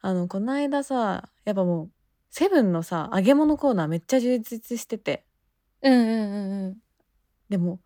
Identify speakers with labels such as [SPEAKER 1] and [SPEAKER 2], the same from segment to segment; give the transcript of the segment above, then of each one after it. [SPEAKER 1] あの、こないださ、やっぱもう、セブンのさ、揚げ物コーナーめっちゃ充実してて。
[SPEAKER 2] うんうんうんうん。
[SPEAKER 1] でも、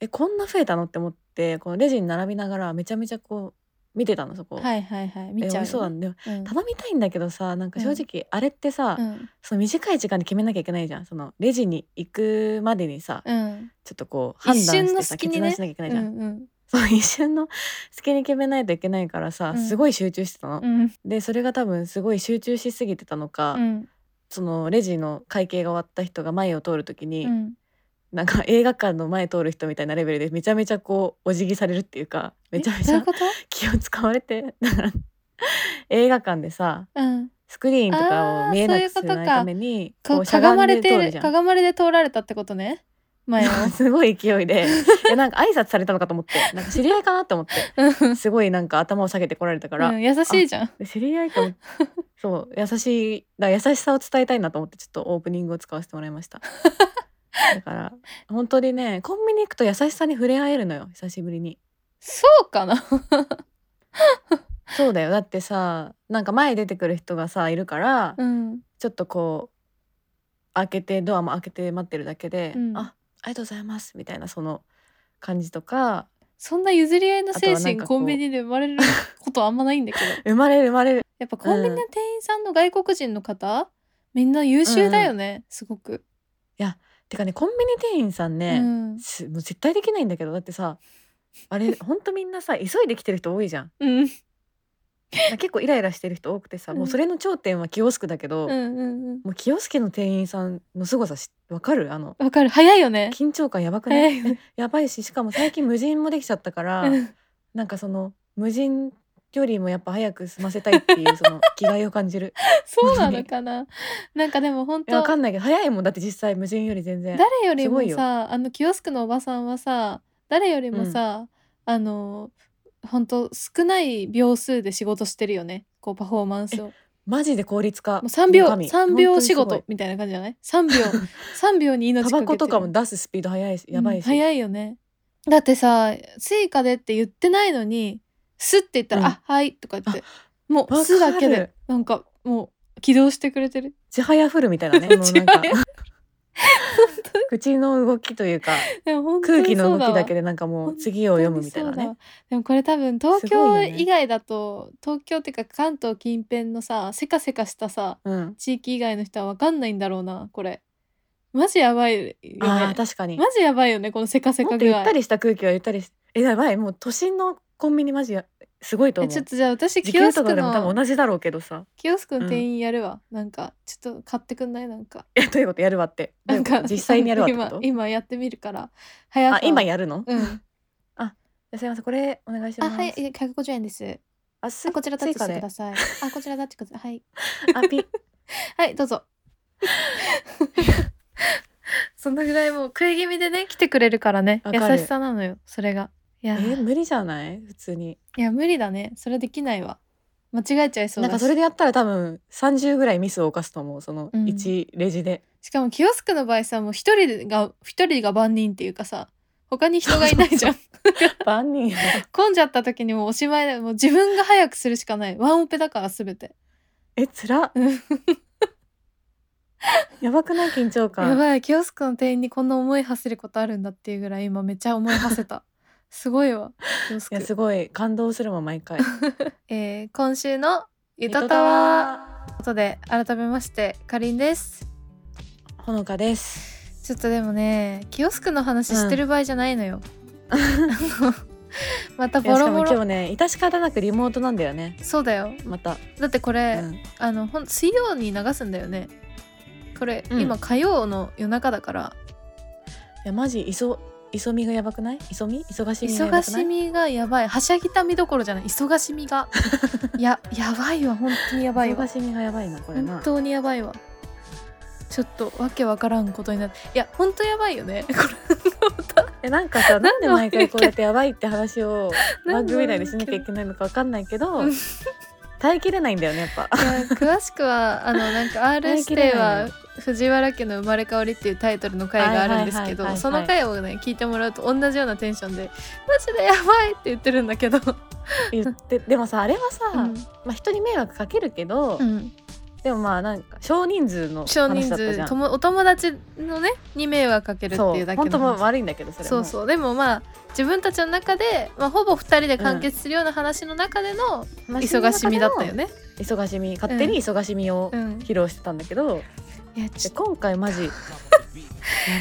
[SPEAKER 1] え、こんな増えたのって思って、このレジに並びながらめちゃめちゃこう、見てたの、そこ。
[SPEAKER 2] はいはいはい。見
[SPEAKER 1] え、
[SPEAKER 2] ち
[SPEAKER 1] 美
[SPEAKER 2] ゃ
[SPEAKER 1] 味
[SPEAKER 2] う
[SPEAKER 1] しそう
[SPEAKER 2] よ
[SPEAKER 1] だ
[SPEAKER 2] ね。
[SPEAKER 1] ね。でも
[SPEAKER 2] うん。
[SPEAKER 1] 頼みたいんだけどさ、なんか
[SPEAKER 2] う
[SPEAKER 1] 正
[SPEAKER 2] ん。
[SPEAKER 1] 直、あれってさ、
[SPEAKER 2] うん。
[SPEAKER 1] その短い時間で決めなきゃいけないじゃん。そのレジに行くまでにさ、
[SPEAKER 2] うん。
[SPEAKER 1] ちょっとこう
[SPEAKER 2] 一
[SPEAKER 1] 判断
[SPEAKER 2] 瞬
[SPEAKER 1] し
[SPEAKER 2] の
[SPEAKER 1] てさ、
[SPEAKER 2] 隙に
[SPEAKER 1] 決断し
[SPEAKER 2] ね。
[SPEAKER 1] なきゃいけないうじゃん。
[SPEAKER 2] んうん。
[SPEAKER 1] そう、一瞬の隙に決めないといけないからさ、
[SPEAKER 2] う
[SPEAKER 1] す
[SPEAKER 2] ん。
[SPEAKER 1] ごい集中してたの。
[SPEAKER 2] うん。
[SPEAKER 1] で、それが多分すごい集中しすぎてたの
[SPEAKER 2] う
[SPEAKER 1] か、
[SPEAKER 2] ん。
[SPEAKER 1] そのレジの会計が終わった人が前を通る時
[SPEAKER 2] う
[SPEAKER 1] に、
[SPEAKER 2] ん。
[SPEAKER 1] なんか映画館の前通る人みたいなレベルでめちゃめちゃこうお辞儀されるっていうか、め
[SPEAKER 2] え、
[SPEAKER 1] ちゃめ
[SPEAKER 2] ど
[SPEAKER 1] ち
[SPEAKER 2] ういう
[SPEAKER 1] ゃ
[SPEAKER 2] こと？
[SPEAKER 1] 気を使われて、 だから、映画館でさ、
[SPEAKER 2] うん。
[SPEAKER 1] スクリーンとかを
[SPEAKER 2] ああ、
[SPEAKER 1] 見え
[SPEAKER 2] そ
[SPEAKER 1] な
[SPEAKER 2] ういう
[SPEAKER 1] く
[SPEAKER 2] こ
[SPEAKER 1] する
[SPEAKER 2] と
[SPEAKER 1] ないた
[SPEAKER 2] か。
[SPEAKER 1] めに、こ
[SPEAKER 2] か
[SPEAKER 1] うし
[SPEAKER 2] か
[SPEAKER 1] ゃ
[SPEAKER 2] が
[SPEAKER 1] が
[SPEAKER 2] ま
[SPEAKER 1] ん
[SPEAKER 2] れ
[SPEAKER 1] で通
[SPEAKER 2] て
[SPEAKER 1] る
[SPEAKER 2] る
[SPEAKER 1] じゃ
[SPEAKER 2] か
[SPEAKER 1] ん。
[SPEAKER 2] がまれで通られたってことね。前を。
[SPEAKER 1] すごい勢いで、いやなんか挨拶されたのかと思って、なんか知り合いかなと思って、
[SPEAKER 2] うん。
[SPEAKER 1] すごいなんか頭を下げてこられたか
[SPEAKER 2] う
[SPEAKER 1] ら、
[SPEAKER 2] ん、優し
[SPEAKER 1] あ、
[SPEAKER 2] いじゃん。
[SPEAKER 1] 知り合いと 思って、そう、優しい、だ優しさを伝えたいなと思ってちょっとオープニングを使わせてもらいま した。だから、本当にね、コンビニ行くと優しさに触れ合えるのよ、久しぶりに。
[SPEAKER 2] そうかな？
[SPEAKER 1] そうだよ。だってさ、なんか前出てくる人がさ、いるから、
[SPEAKER 2] うん。
[SPEAKER 1] ちょっとこう、開けて、ドアも開けて待ってるだけ
[SPEAKER 2] う
[SPEAKER 1] で、
[SPEAKER 2] ん。
[SPEAKER 1] あ、ありがとうございます、みたいなその感じとか、
[SPEAKER 2] そんな譲り合いの
[SPEAKER 1] あとは
[SPEAKER 2] 精
[SPEAKER 1] なん
[SPEAKER 2] 神
[SPEAKER 1] か
[SPEAKER 2] コンビ
[SPEAKER 1] こ
[SPEAKER 2] ニで生まれることあんまないんだけど。
[SPEAKER 1] う、生まれる生まれる。
[SPEAKER 2] やっぱ
[SPEAKER 1] う
[SPEAKER 2] コンビニ
[SPEAKER 1] ん。
[SPEAKER 2] の店員さんの外国人の方、みんな優
[SPEAKER 1] う
[SPEAKER 2] 秀
[SPEAKER 1] ん
[SPEAKER 2] だ
[SPEAKER 1] う
[SPEAKER 2] よ
[SPEAKER 1] ん。
[SPEAKER 2] ね、すごく。
[SPEAKER 1] いや、てかね、コンビニ店員さん
[SPEAKER 2] う
[SPEAKER 1] ね、
[SPEAKER 2] ん。
[SPEAKER 1] すもう絶対できないんだけど、だってさ、あれ、ほんとみんなさ、急いで来てる人多いじゃん。
[SPEAKER 2] うん。
[SPEAKER 1] な結構イライラしてる人多くてさ、
[SPEAKER 2] う
[SPEAKER 1] もうそ
[SPEAKER 2] ん。
[SPEAKER 1] れの頂点はキオスクだけ
[SPEAKER 2] う
[SPEAKER 1] ど、
[SPEAKER 2] んうんうん。
[SPEAKER 1] もうキオスケの店員さんの凄さしわかるあの、
[SPEAKER 2] わかる。早いよね。
[SPEAKER 1] 緊張感やばくな
[SPEAKER 2] 早
[SPEAKER 1] い
[SPEAKER 2] いよ
[SPEAKER 1] え、
[SPEAKER 2] ね。
[SPEAKER 1] やばいし、しかも最近無人もできちゃったか
[SPEAKER 2] う
[SPEAKER 1] ら、
[SPEAKER 2] ん。
[SPEAKER 1] なんかその、無人よりもやっぱ早く済ませたいって いうその気概を感じる。ほん
[SPEAKER 2] そう
[SPEAKER 1] と
[SPEAKER 2] なの
[SPEAKER 1] に。
[SPEAKER 2] かな。 なんかでも本
[SPEAKER 1] いや、わか
[SPEAKER 2] 当
[SPEAKER 1] んないけど、早いもん。だって実際無人より全然。
[SPEAKER 2] 誰より
[SPEAKER 1] すご
[SPEAKER 2] も
[SPEAKER 1] いよ。
[SPEAKER 2] さ、あのキオスクのおばさんはさ、誰より
[SPEAKER 1] う
[SPEAKER 2] も
[SPEAKER 1] ん。
[SPEAKER 2] さ、あの、本当少ない秒数で仕事してるよね。こうパフォーマンス
[SPEAKER 1] え、
[SPEAKER 2] を。
[SPEAKER 1] マジで効率化
[SPEAKER 2] もう3
[SPEAKER 1] の
[SPEAKER 2] 秒、
[SPEAKER 1] 神。
[SPEAKER 2] 3
[SPEAKER 1] 本
[SPEAKER 2] 秒
[SPEAKER 1] 当に
[SPEAKER 2] 仕
[SPEAKER 1] すご
[SPEAKER 2] 事
[SPEAKER 1] い。
[SPEAKER 2] みたいな感じじゃない ?3 秒、3秒に
[SPEAKER 1] タ
[SPEAKER 2] 命
[SPEAKER 1] バ
[SPEAKER 2] か
[SPEAKER 1] コ
[SPEAKER 2] け
[SPEAKER 1] と
[SPEAKER 2] てる
[SPEAKER 1] か
[SPEAKER 2] よ
[SPEAKER 1] も
[SPEAKER 2] ね。
[SPEAKER 1] 出すスピード速いし、
[SPEAKER 2] う
[SPEAKER 1] やば
[SPEAKER 2] ん、
[SPEAKER 1] いし。
[SPEAKER 2] 早いよね。だってさ、スイカでって言ってないのに、スって言った
[SPEAKER 1] う
[SPEAKER 2] ら、
[SPEAKER 1] ん。
[SPEAKER 2] あ、はいとか言
[SPEAKER 1] あ、
[SPEAKER 2] って、もう
[SPEAKER 1] わ
[SPEAKER 2] スだ
[SPEAKER 1] か
[SPEAKER 2] けで、
[SPEAKER 1] る。
[SPEAKER 2] なんかもう起動してくれてる。
[SPEAKER 1] ちはやふるみたいな ね。もう
[SPEAKER 2] 違
[SPEAKER 1] なんか
[SPEAKER 2] うよ。本当に。
[SPEAKER 1] 口の動きというか、
[SPEAKER 2] でも本当
[SPEAKER 1] 空
[SPEAKER 2] に
[SPEAKER 1] 気の
[SPEAKER 2] そ
[SPEAKER 1] 動
[SPEAKER 2] うだ
[SPEAKER 1] きだ
[SPEAKER 2] わ。
[SPEAKER 1] けでなんかもう
[SPEAKER 2] 本
[SPEAKER 1] 次を
[SPEAKER 2] 当
[SPEAKER 1] 読
[SPEAKER 2] に
[SPEAKER 1] むみたい
[SPEAKER 2] そ
[SPEAKER 1] な
[SPEAKER 2] うだ
[SPEAKER 1] ね。
[SPEAKER 2] わ。でもこれ多分東
[SPEAKER 1] すごい
[SPEAKER 2] 京
[SPEAKER 1] よ
[SPEAKER 2] 以
[SPEAKER 1] ね。
[SPEAKER 2] 外だと、東京っていうか関東近辺のさ、せかせかしたさ、
[SPEAKER 1] うん。
[SPEAKER 2] 地域以外の人はわかんないんだろうな、これ。マジやばいよ
[SPEAKER 1] ああ、
[SPEAKER 2] ね。
[SPEAKER 1] 確かに。
[SPEAKER 2] マジやばいよね、このせかせ
[SPEAKER 1] もっ
[SPEAKER 2] か
[SPEAKER 1] と
[SPEAKER 2] 具
[SPEAKER 1] ゆった
[SPEAKER 2] 合。
[SPEAKER 1] りした空気はゆったりし、え、やばい。もう都心のコンビニマジや、すごいと
[SPEAKER 2] え、ちょ
[SPEAKER 1] 思
[SPEAKER 2] っ
[SPEAKER 1] う。
[SPEAKER 2] とじゃあ私、
[SPEAKER 1] 時
[SPEAKER 2] キオ
[SPEAKER 1] 給
[SPEAKER 2] ス
[SPEAKER 1] と
[SPEAKER 2] ク
[SPEAKER 1] かでも多分
[SPEAKER 2] の
[SPEAKER 1] 同じだろうけどさ。
[SPEAKER 2] キオスクの
[SPEAKER 1] う
[SPEAKER 2] 店
[SPEAKER 1] ん。
[SPEAKER 2] 員やるわ。なんか、ちょっと買ってくんないなんか。
[SPEAKER 1] え、どういうことやるわって。どう
[SPEAKER 2] な
[SPEAKER 1] い
[SPEAKER 2] ん
[SPEAKER 1] うこと
[SPEAKER 2] か、
[SPEAKER 1] 実
[SPEAKER 2] あ
[SPEAKER 1] 際
[SPEAKER 2] の、
[SPEAKER 1] にやるわってこ
[SPEAKER 2] 今、
[SPEAKER 1] と
[SPEAKER 2] 今やってみるから、速
[SPEAKER 1] あ、今
[SPEAKER 2] さ、
[SPEAKER 1] やるの
[SPEAKER 2] うん。
[SPEAKER 1] あ、じゃあすいません。これお願いし
[SPEAKER 2] あ、は
[SPEAKER 1] ま
[SPEAKER 2] い、
[SPEAKER 1] す。
[SPEAKER 2] え150円です。
[SPEAKER 1] あ、
[SPEAKER 2] あ、
[SPEAKER 1] スイ、
[SPEAKER 2] こちらタッ
[SPEAKER 1] スイ
[SPEAKER 2] チし
[SPEAKER 1] カ
[SPEAKER 2] てく
[SPEAKER 1] で。
[SPEAKER 2] ださい。あ、こちらタッチください。はい。
[SPEAKER 1] あ、ピ。
[SPEAKER 2] はい、どうぞ。そのぐらいもう食い気味でね、来てくれるからね。
[SPEAKER 1] わ
[SPEAKER 2] 優
[SPEAKER 1] か
[SPEAKER 2] し
[SPEAKER 1] る。
[SPEAKER 2] さなのよ、それが。いや
[SPEAKER 1] え、
[SPEAKER 2] ー、
[SPEAKER 1] 無理じゃない普通に。
[SPEAKER 2] いや、無理だね。それできないわ。間違えちゃいそう
[SPEAKER 1] なん
[SPEAKER 2] だ
[SPEAKER 1] かそれ
[SPEAKER 2] し。
[SPEAKER 1] でやったら多分30ぐらいミスを犯すと思う。その
[SPEAKER 2] うん。
[SPEAKER 1] 1レジで。
[SPEAKER 2] しかもキオスクの場合さもう一人が一人が万人っていうかさ他に人
[SPEAKER 1] そう
[SPEAKER 2] がい
[SPEAKER 1] そ
[SPEAKER 2] な
[SPEAKER 1] う
[SPEAKER 2] いじ
[SPEAKER 1] そ
[SPEAKER 2] ゃん
[SPEAKER 1] う。万人やばい。
[SPEAKER 2] 混んじゃった時にもうおしまいだよもう自分が早くするしかないワンオペだから全て
[SPEAKER 1] え、つらっ。
[SPEAKER 2] うん
[SPEAKER 1] やばくない緊張
[SPEAKER 2] や
[SPEAKER 1] 感。
[SPEAKER 2] ばいキオスクの店員にこんな思い馳せることあるんだっていうぐらい今めっちゃ思い馳 せたすごいわキオス
[SPEAKER 1] いや、
[SPEAKER 2] ク
[SPEAKER 1] すごい感動するもん、毎 回。
[SPEAKER 2] えー、今週のゆ
[SPEAKER 1] ゆ
[SPEAKER 2] た
[SPEAKER 1] と
[SPEAKER 2] た
[SPEAKER 1] た
[SPEAKER 2] わ
[SPEAKER 1] わ
[SPEAKER 2] ということで改めましてかりんです
[SPEAKER 1] ほのかです。
[SPEAKER 2] ちょっとでもねキオスクの話
[SPEAKER 1] う
[SPEAKER 2] して
[SPEAKER 1] ん。
[SPEAKER 2] る場合じゃないのよまた
[SPEAKER 1] いや、
[SPEAKER 2] ボ
[SPEAKER 1] し
[SPEAKER 2] ロ
[SPEAKER 1] かも
[SPEAKER 2] ボ
[SPEAKER 1] 今
[SPEAKER 2] ロ
[SPEAKER 1] 日ね、致し方なくリモートなんだよね。
[SPEAKER 2] そうだよ。
[SPEAKER 1] また。
[SPEAKER 2] だってこ
[SPEAKER 1] う
[SPEAKER 2] れ
[SPEAKER 1] ん。
[SPEAKER 2] あのほん水曜に流すんだよね。これ
[SPEAKER 1] うん。
[SPEAKER 2] 今
[SPEAKER 1] い
[SPEAKER 2] 火曜の夜中だから
[SPEAKER 1] や、マジ、いそ、急みがやばくない急み忙しみがやば
[SPEAKER 2] 忙
[SPEAKER 1] くな
[SPEAKER 2] し
[SPEAKER 1] い
[SPEAKER 2] みがやばいはしゃぎたみどころじゃない忙しみ がややばいわ本当にやばい
[SPEAKER 1] 忙
[SPEAKER 2] わ
[SPEAKER 1] しみがやばいな、これ
[SPEAKER 2] 本
[SPEAKER 1] な。
[SPEAKER 2] 当にやばいわちょっとわけわからんことになっていや本当やばいよね これまた
[SPEAKER 1] え、なんかさ、なん
[SPEAKER 2] 何
[SPEAKER 1] で
[SPEAKER 2] 度も
[SPEAKER 1] 毎
[SPEAKER 2] 言
[SPEAKER 1] 回
[SPEAKER 2] う
[SPEAKER 1] こうや
[SPEAKER 2] け
[SPEAKER 1] っ
[SPEAKER 2] ど
[SPEAKER 1] てやばいって話を
[SPEAKER 2] 何
[SPEAKER 1] 番
[SPEAKER 2] 度も
[SPEAKER 1] 組内で
[SPEAKER 2] 言う
[SPEAKER 1] しな
[SPEAKER 2] け
[SPEAKER 1] きゃい
[SPEAKER 2] ど
[SPEAKER 1] けないのかわかんないけ
[SPEAKER 2] うん
[SPEAKER 1] ど、耐えきれないんだよねやっぱ
[SPEAKER 2] いや詳しくはあのなん か R
[SPEAKER 1] 耐え
[SPEAKER 2] 指
[SPEAKER 1] きれ
[SPEAKER 2] 定
[SPEAKER 1] ない
[SPEAKER 2] は藤原家の生まれ変わりっていうタイトルの回があるんですけ
[SPEAKER 1] はいはいはいはいは
[SPEAKER 2] ど
[SPEAKER 1] い
[SPEAKER 2] その回をね聞いてもらうと同じようなテンションで「マジでやばい!」って言ってるんだけど、
[SPEAKER 1] 言ってでもさあれはさ、
[SPEAKER 2] うん
[SPEAKER 1] まあ、人に迷惑かけるけど、
[SPEAKER 2] うん
[SPEAKER 1] でもまあなんか少人数の
[SPEAKER 2] 少人
[SPEAKER 1] 話だったじゃ
[SPEAKER 2] 数
[SPEAKER 1] ん
[SPEAKER 2] ともお友達のねに迷惑かけるって
[SPEAKER 1] そ
[SPEAKER 2] いう
[SPEAKER 1] う
[SPEAKER 2] だけ
[SPEAKER 1] 本当
[SPEAKER 2] の
[SPEAKER 1] も
[SPEAKER 2] 話
[SPEAKER 1] 悪いんだけどそれも
[SPEAKER 2] そうそうでもまあ自分たちの中で、まあ、ほぼ2人で完結するような話の中での
[SPEAKER 1] 話の中で
[SPEAKER 2] 忙
[SPEAKER 1] も
[SPEAKER 2] しみだったよね。
[SPEAKER 1] 忙しみ勝手に忙しみを
[SPEAKER 2] うん、
[SPEAKER 1] 披露してたんだけど、
[SPEAKER 2] いや
[SPEAKER 1] で
[SPEAKER 2] ちょ
[SPEAKER 1] 今回マ ジや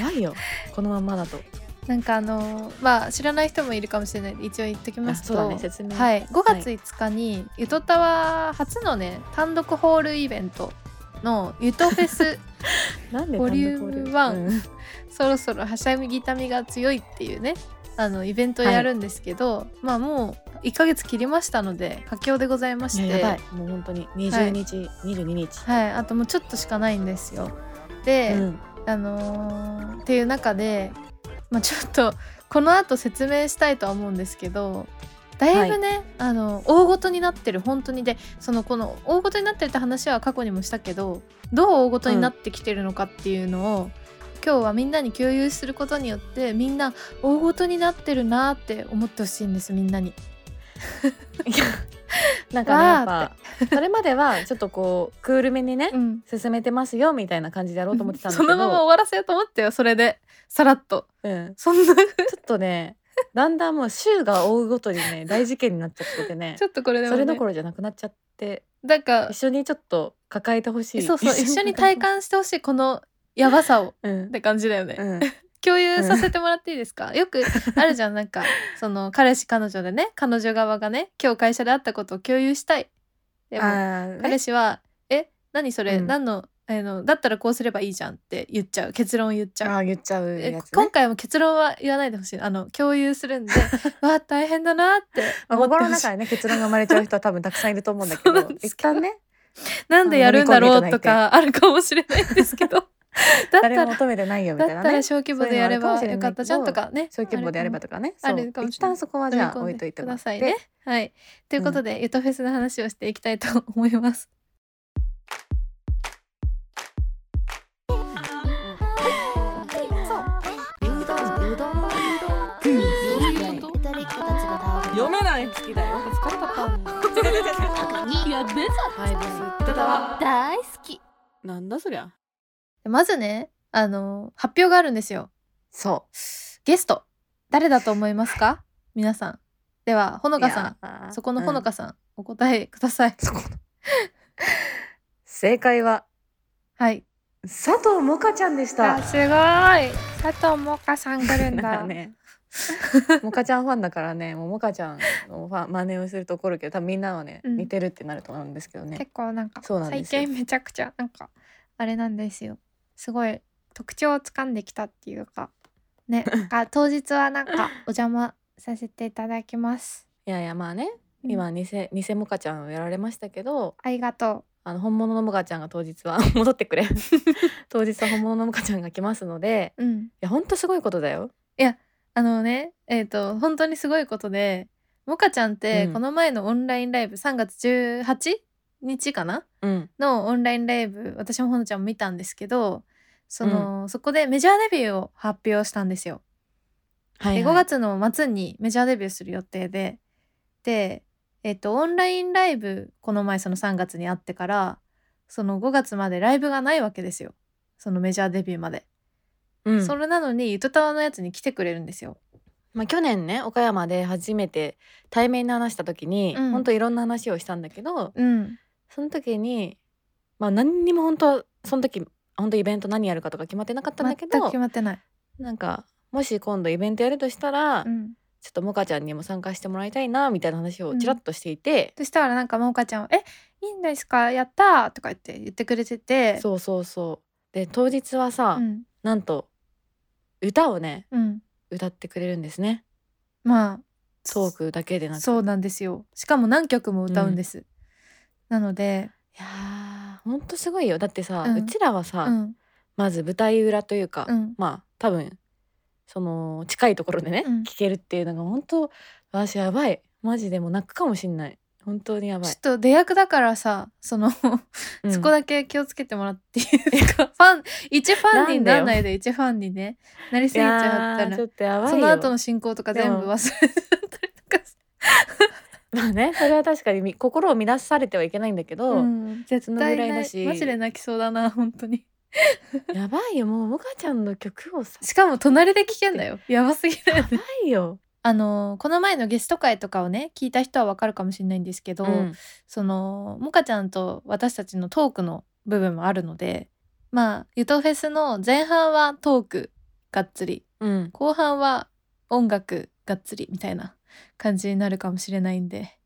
[SPEAKER 1] ばいよこのまんまだと
[SPEAKER 2] なんかあのーまあ知らない人もいるかもしれないんで一応言っとき
[SPEAKER 1] あ
[SPEAKER 2] ます
[SPEAKER 1] そ
[SPEAKER 2] と
[SPEAKER 1] うだね説明
[SPEAKER 2] はい、5月5日にゆとたわ初のね単独ホールイベントのゆとフ ェス
[SPEAKER 1] なんで
[SPEAKER 2] ボリューム
[SPEAKER 1] 単独
[SPEAKER 2] ワン
[SPEAKER 1] うんうん
[SPEAKER 2] そろそろはしゃぎたみが強いっていうねあのイベントをやるんですけど、まあもう1ヶ月切りましたので佳境でございまし
[SPEAKER 1] い
[SPEAKER 2] て
[SPEAKER 1] ややばいもう本当に
[SPEAKER 2] は
[SPEAKER 1] 20
[SPEAKER 2] い
[SPEAKER 1] 日、22日、
[SPEAKER 2] はい、あともうちょっとしかないんですよ。で、
[SPEAKER 1] うん
[SPEAKER 2] あのーっていう中で、まあ、ちょっとこの後説明したいとは思うんですけどだいぶね、あの大ごとになってる本当にでそのこの大ごとになってるって話は過去にもしたけどどう大ごとになってきてるのかっていうのを、今日はみんなに共有することによってみんな大ごとになってるなーって思ってほしいんですみんなに。
[SPEAKER 1] なんかねやっ
[SPEAKER 2] わーっ
[SPEAKER 1] ぱそれまではちょっとこうクールめにね、
[SPEAKER 2] うん
[SPEAKER 1] 進めてますよみたいな感じでやろうと思ってたんだ
[SPEAKER 2] そ
[SPEAKER 1] けど
[SPEAKER 2] のまま終わらせようと思ってよそれでさらっと
[SPEAKER 1] うん、ち
[SPEAKER 2] そんな
[SPEAKER 1] ょっとねだんだんもう週が追うごとにね大事件になっちゃっててね
[SPEAKER 2] ちょっとこれでも、
[SPEAKER 1] そ
[SPEAKER 2] ね、
[SPEAKER 1] れどころじゃなくなっちゃって
[SPEAKER 2] なんか
[SPEAKER 1] 一緒にちょっと抱えてほしい
[SPEAKER 2] そ うそう一緒に体感してほしいこのやばさを
[SPEAKER 1] うん
[SPEAKER 2] って感じだよね、
[SPEAKER 1] うん
[SPEAKER 2] 共有させてもらっていいですか、よくあるじゃんなんか その彼氏彼女でね彼女側がね今日会社で会ったことを共有したいでも
[SPEAKER 1] あーね
[SPEAKER 2] 彼氏は「え何それ、
[SPEAKER 1] うん
[SPEAKER 2] 何のあのだったらこうすればいいじゃん」って言っちゃう結論を言っちゃう
[SPEAKER 1] あー言っちゃう
[SPEAKER 2] え
[SPEAKER 1] やつ、
[SPEAKER 2] 今
[SPEAKER 1] ね、
[SPEAKER 2] 回も結論は言わないでほしいあの共有す るんでわあ大変だなって
[SPEAKER 1] まあ
[SPEAKER 2] 思って
[SPEAKER 1] 心
[SPEAKER 2] ほ
[SPEAKER 1] の
[SPEAKER 2] しい
[SPEAKER 1] 中でね結論が生まれちゃう人は多分たくさんいると思うんだけ
[SPEAKER 2] そうな
[SPEAKER 1] ど
[SPEAKER 2] んです
[SPEAKER 1] 一
[SPEAKER 2] けど
[SPEAKER 1] 旦ね
[SPEAKER 2] なんでやるんだろうとかあるかもしれないんです けどだった
[SPEAKER 1] 誰
[SPEAKER 2] ら
[SPEAKER 1] も求めてないよみ
[SPEAKER 2] だ
[SPEAKER 1] た
[SPEAKER 2] っ
[SPEAKER 1] いな
[SPEAKER 2] た
[SPEAKER 1] ね
[SPEAKER 2] ら小規模でやれば
[SPEAKER 1] そういう
[SPEAKER 2] よ
[SPEAKER 1] の
[SPEAKER 2] か
[SPEAKER 1] あ
[SPEAKER 2] っ
[SPEAKER 1] るか
[SPEAKER 2] た
[SPEAKER 1] もしれないけど
[SPEAKER 2] じゃんとかね。
[SPEAKER 1] 小規模でやれば
[SPEAKER 2] あ
[SPEAKER 1] とかね
[SPEAKER 2] ある
[SPEAKER 1] そう
[SPEAKER 2] かもし
[SPEAKER 1] 一
[SPEAKER 2] れない
[SPEAKER 1] 旦そこは
[SPEAKER 2] る
[SPEAKER 1] じ
[SPEAKER 2] かも
[SPEAKER 1] ゃあ置いといて
[SPEAKER 2] 飲
[SPEAKER 1] も
[SPEAKER 2] み込
[SPEAKER 1] ら
[SPEAKER 2] んでく
[SPEAKER 1] っ
[SPEAKER 2] ださい
[SPEAKER 1] て、
[SPEAKER 2] ね。はい。ということで、ゆとフェスの話をしていきたいと思います。
[SPEAKER 3] うどんうどんうどん読めない好きだよ疲れたいや出た大好き
[SPEAKER 1] なんだそりゃ
[SPEAKER 2] まずね、あの発表があるんですよ。
[SPEAKER 1] そ
[SPEAKER 2] ゲスト誰だと思いますか？皆さん。ではほ
[SPEAKER 1] う
[SPEAKER 2] のかさ
[SPEAKER 1] さ
[SPEAKER 2] ん、そこのほのかさん、お答えください。
[SPEAKER 1] そこの正解は
[SPEAKER 2] はい。
[SPEAKER 1] 佐藤萌歌ちゃんでした
[SPEAKER 2] すごい。佐藤もかさん来る
[SPEAKER 1] だ からね萌歌ちゃんファンだからねもう萌歌ちゃんのファン真似をすると怒るけど多分みんなはね、
[SPEAKER 2] うん
[SPEAKER 1] 似てるってなると思うんですけどね
[SPEAKER 2] 結構なんか
[SPEAKER 1] そうなんですよ
[SPEAKER 2] 最近めちゃくちゃなんかあれなんですよすごい特徴をつかんできたっていうかねなん か当日はなんかお邪魔させていただきます
[SPEAKER 1] いやいやまあね
[SPEAKER 2] うん
[SPEAKER 1] 今偽偽萌歌ちゃんをやられましたけど
[SPEAKER 2] ありがと
[SPEAKER 1] あの本物の萌歌ちゃんが当日は 戻って くれ当日は本物の萌歌ちゃんが来ますので
[SPEAKER 2] ううん
[SPEAKER 1] いやほんとすごいことだよ
[SPEAKER 2] あのねえっ、と本当にすごいことでもかちゃんって
[SPEAKER 1] うん
[SPEAKER 2] この前のオンラインライブ3月18日かな
[SPEAKER 1] うん
[SPEAKER 2] のオンラインライブ私もほのちゃんも見たんですけどその、そこでメジャーデビューを発表したんですよ
[SPEAKER 1] はい、
[SPEAKER 2] で5月の末にメジャーデビューする予定でで、えっとオンラインライブこの前その3月にあってからその5月までライブがないわけですよそのメジャーデビューまで、
[SPEAKER 1] うん
[SPEAKER 2] それなのにゆとたわのやつに来てくれるんですよ
[SPEAKER 1] まあ、去年ね岡山で初めて対面で話した時に、
[SPEAKER 2] うん
[SPEAKER 1] ほんといろんな話をしたんだけど
[SPEAKER 2] うん
[SPEAKER 1] その時にまあ何にも本当その時本当イベント何やるかとか決まってなかったんだけ
[SPEAKER 2] 全く
[SPEAKER 1] ど
[SPEAKER 2] 決まってない、
[SPEAKER 1] なんかもし今度イベントやるとしたら、
[SPEAKER 2] うん、
[SPEAKER 1] ちょっともかちゃんにも参加してもらいたいなみたいな話をちらっとしていて、
[SPEAKER 2] そしたらなんかもおかちゃんは「えいいんですかやった!」とか言って言ってくれてて
[SPEAKER 1] そうそうそうで当日はさ、
[SPEAKER 2] うん
[SPEAKER 1] なんと歌をね
[SPEAKER 2] うん、
[SPEAKER 1] 歌ってくれるんですね
[SPEAKER 2] まあ
[SPEAKER 1] トークだけでなく
[SPEAKER 2] そうなんですよしかも何曲も歌うんです、なので、
[SPEAKER 1] いやーほんとすごいよだってさ、
[SPEAKER 2] う
[SPEAKER 1] うんちらはさ、
[SPEAKER 2] うん
[SPEAKER 1] まず舞台裏というか、
[SPEAKER 2] うん、
[SPEAKER 1] まあ多分その近いところでね、
[SPEAKER 2] うん
[SPEAKER 1] 聞けるっていうのが本当私やばいマジでもう泣くかもしんない本当にやば
[SPEAKER 2] ちょ
[SPEAKER 1] い
[SPEAKER 2] っ、と出役だからさその、
[SPEAKER 1] うん
[SPEAKER 2] そこだけ気をつけてもらっていいです かファン一ファンにならないで一ファンにねなりすぎちゃった
[SPEAKER 1] いやー
[SPEAKER 2] ら
[SPEAKER 1] ちょっとやばいよ
[SPEAKER 2] その後の進行とか全部忘れちゃったりとか
[SPEAKER 1] まあねそれは確かにみ心を乱されてはいけないんだけど、
[SPEAKER 2] うん、絶
[SPEAKER 1] のぐ
[SPEAKER 2] 対
[SPEAKER 1] らいだ
[SPEAKER 2] な
[SPEAKER 1] し
[SPEAKER 2] マジで泣きそうだな本当に
[SPEAKER 1] やばいよもうもかちゃんの曲をさ
[SPEAKER 2] しかも隣で聞けんだよやばす ぎだよ
[SPEAKER 1] や
[SPEAKER 2] ね
[SPEAKER 1] ばいよ、
[SPEAKER 2] あのこの前のゲスト会とかをね聞いた人はわかるかもしれないんですけど、
[SPEAKER 1] うん
[SPEAKER 2] そのモカちゃんと私たちのトークの部分もあるのでまあゆとフェスの前半はトークがっつり
[SPEAKER 1] うん、
[SPEAKER 2] 後半は音楽がっつりみたいな感じになるかもしれないんで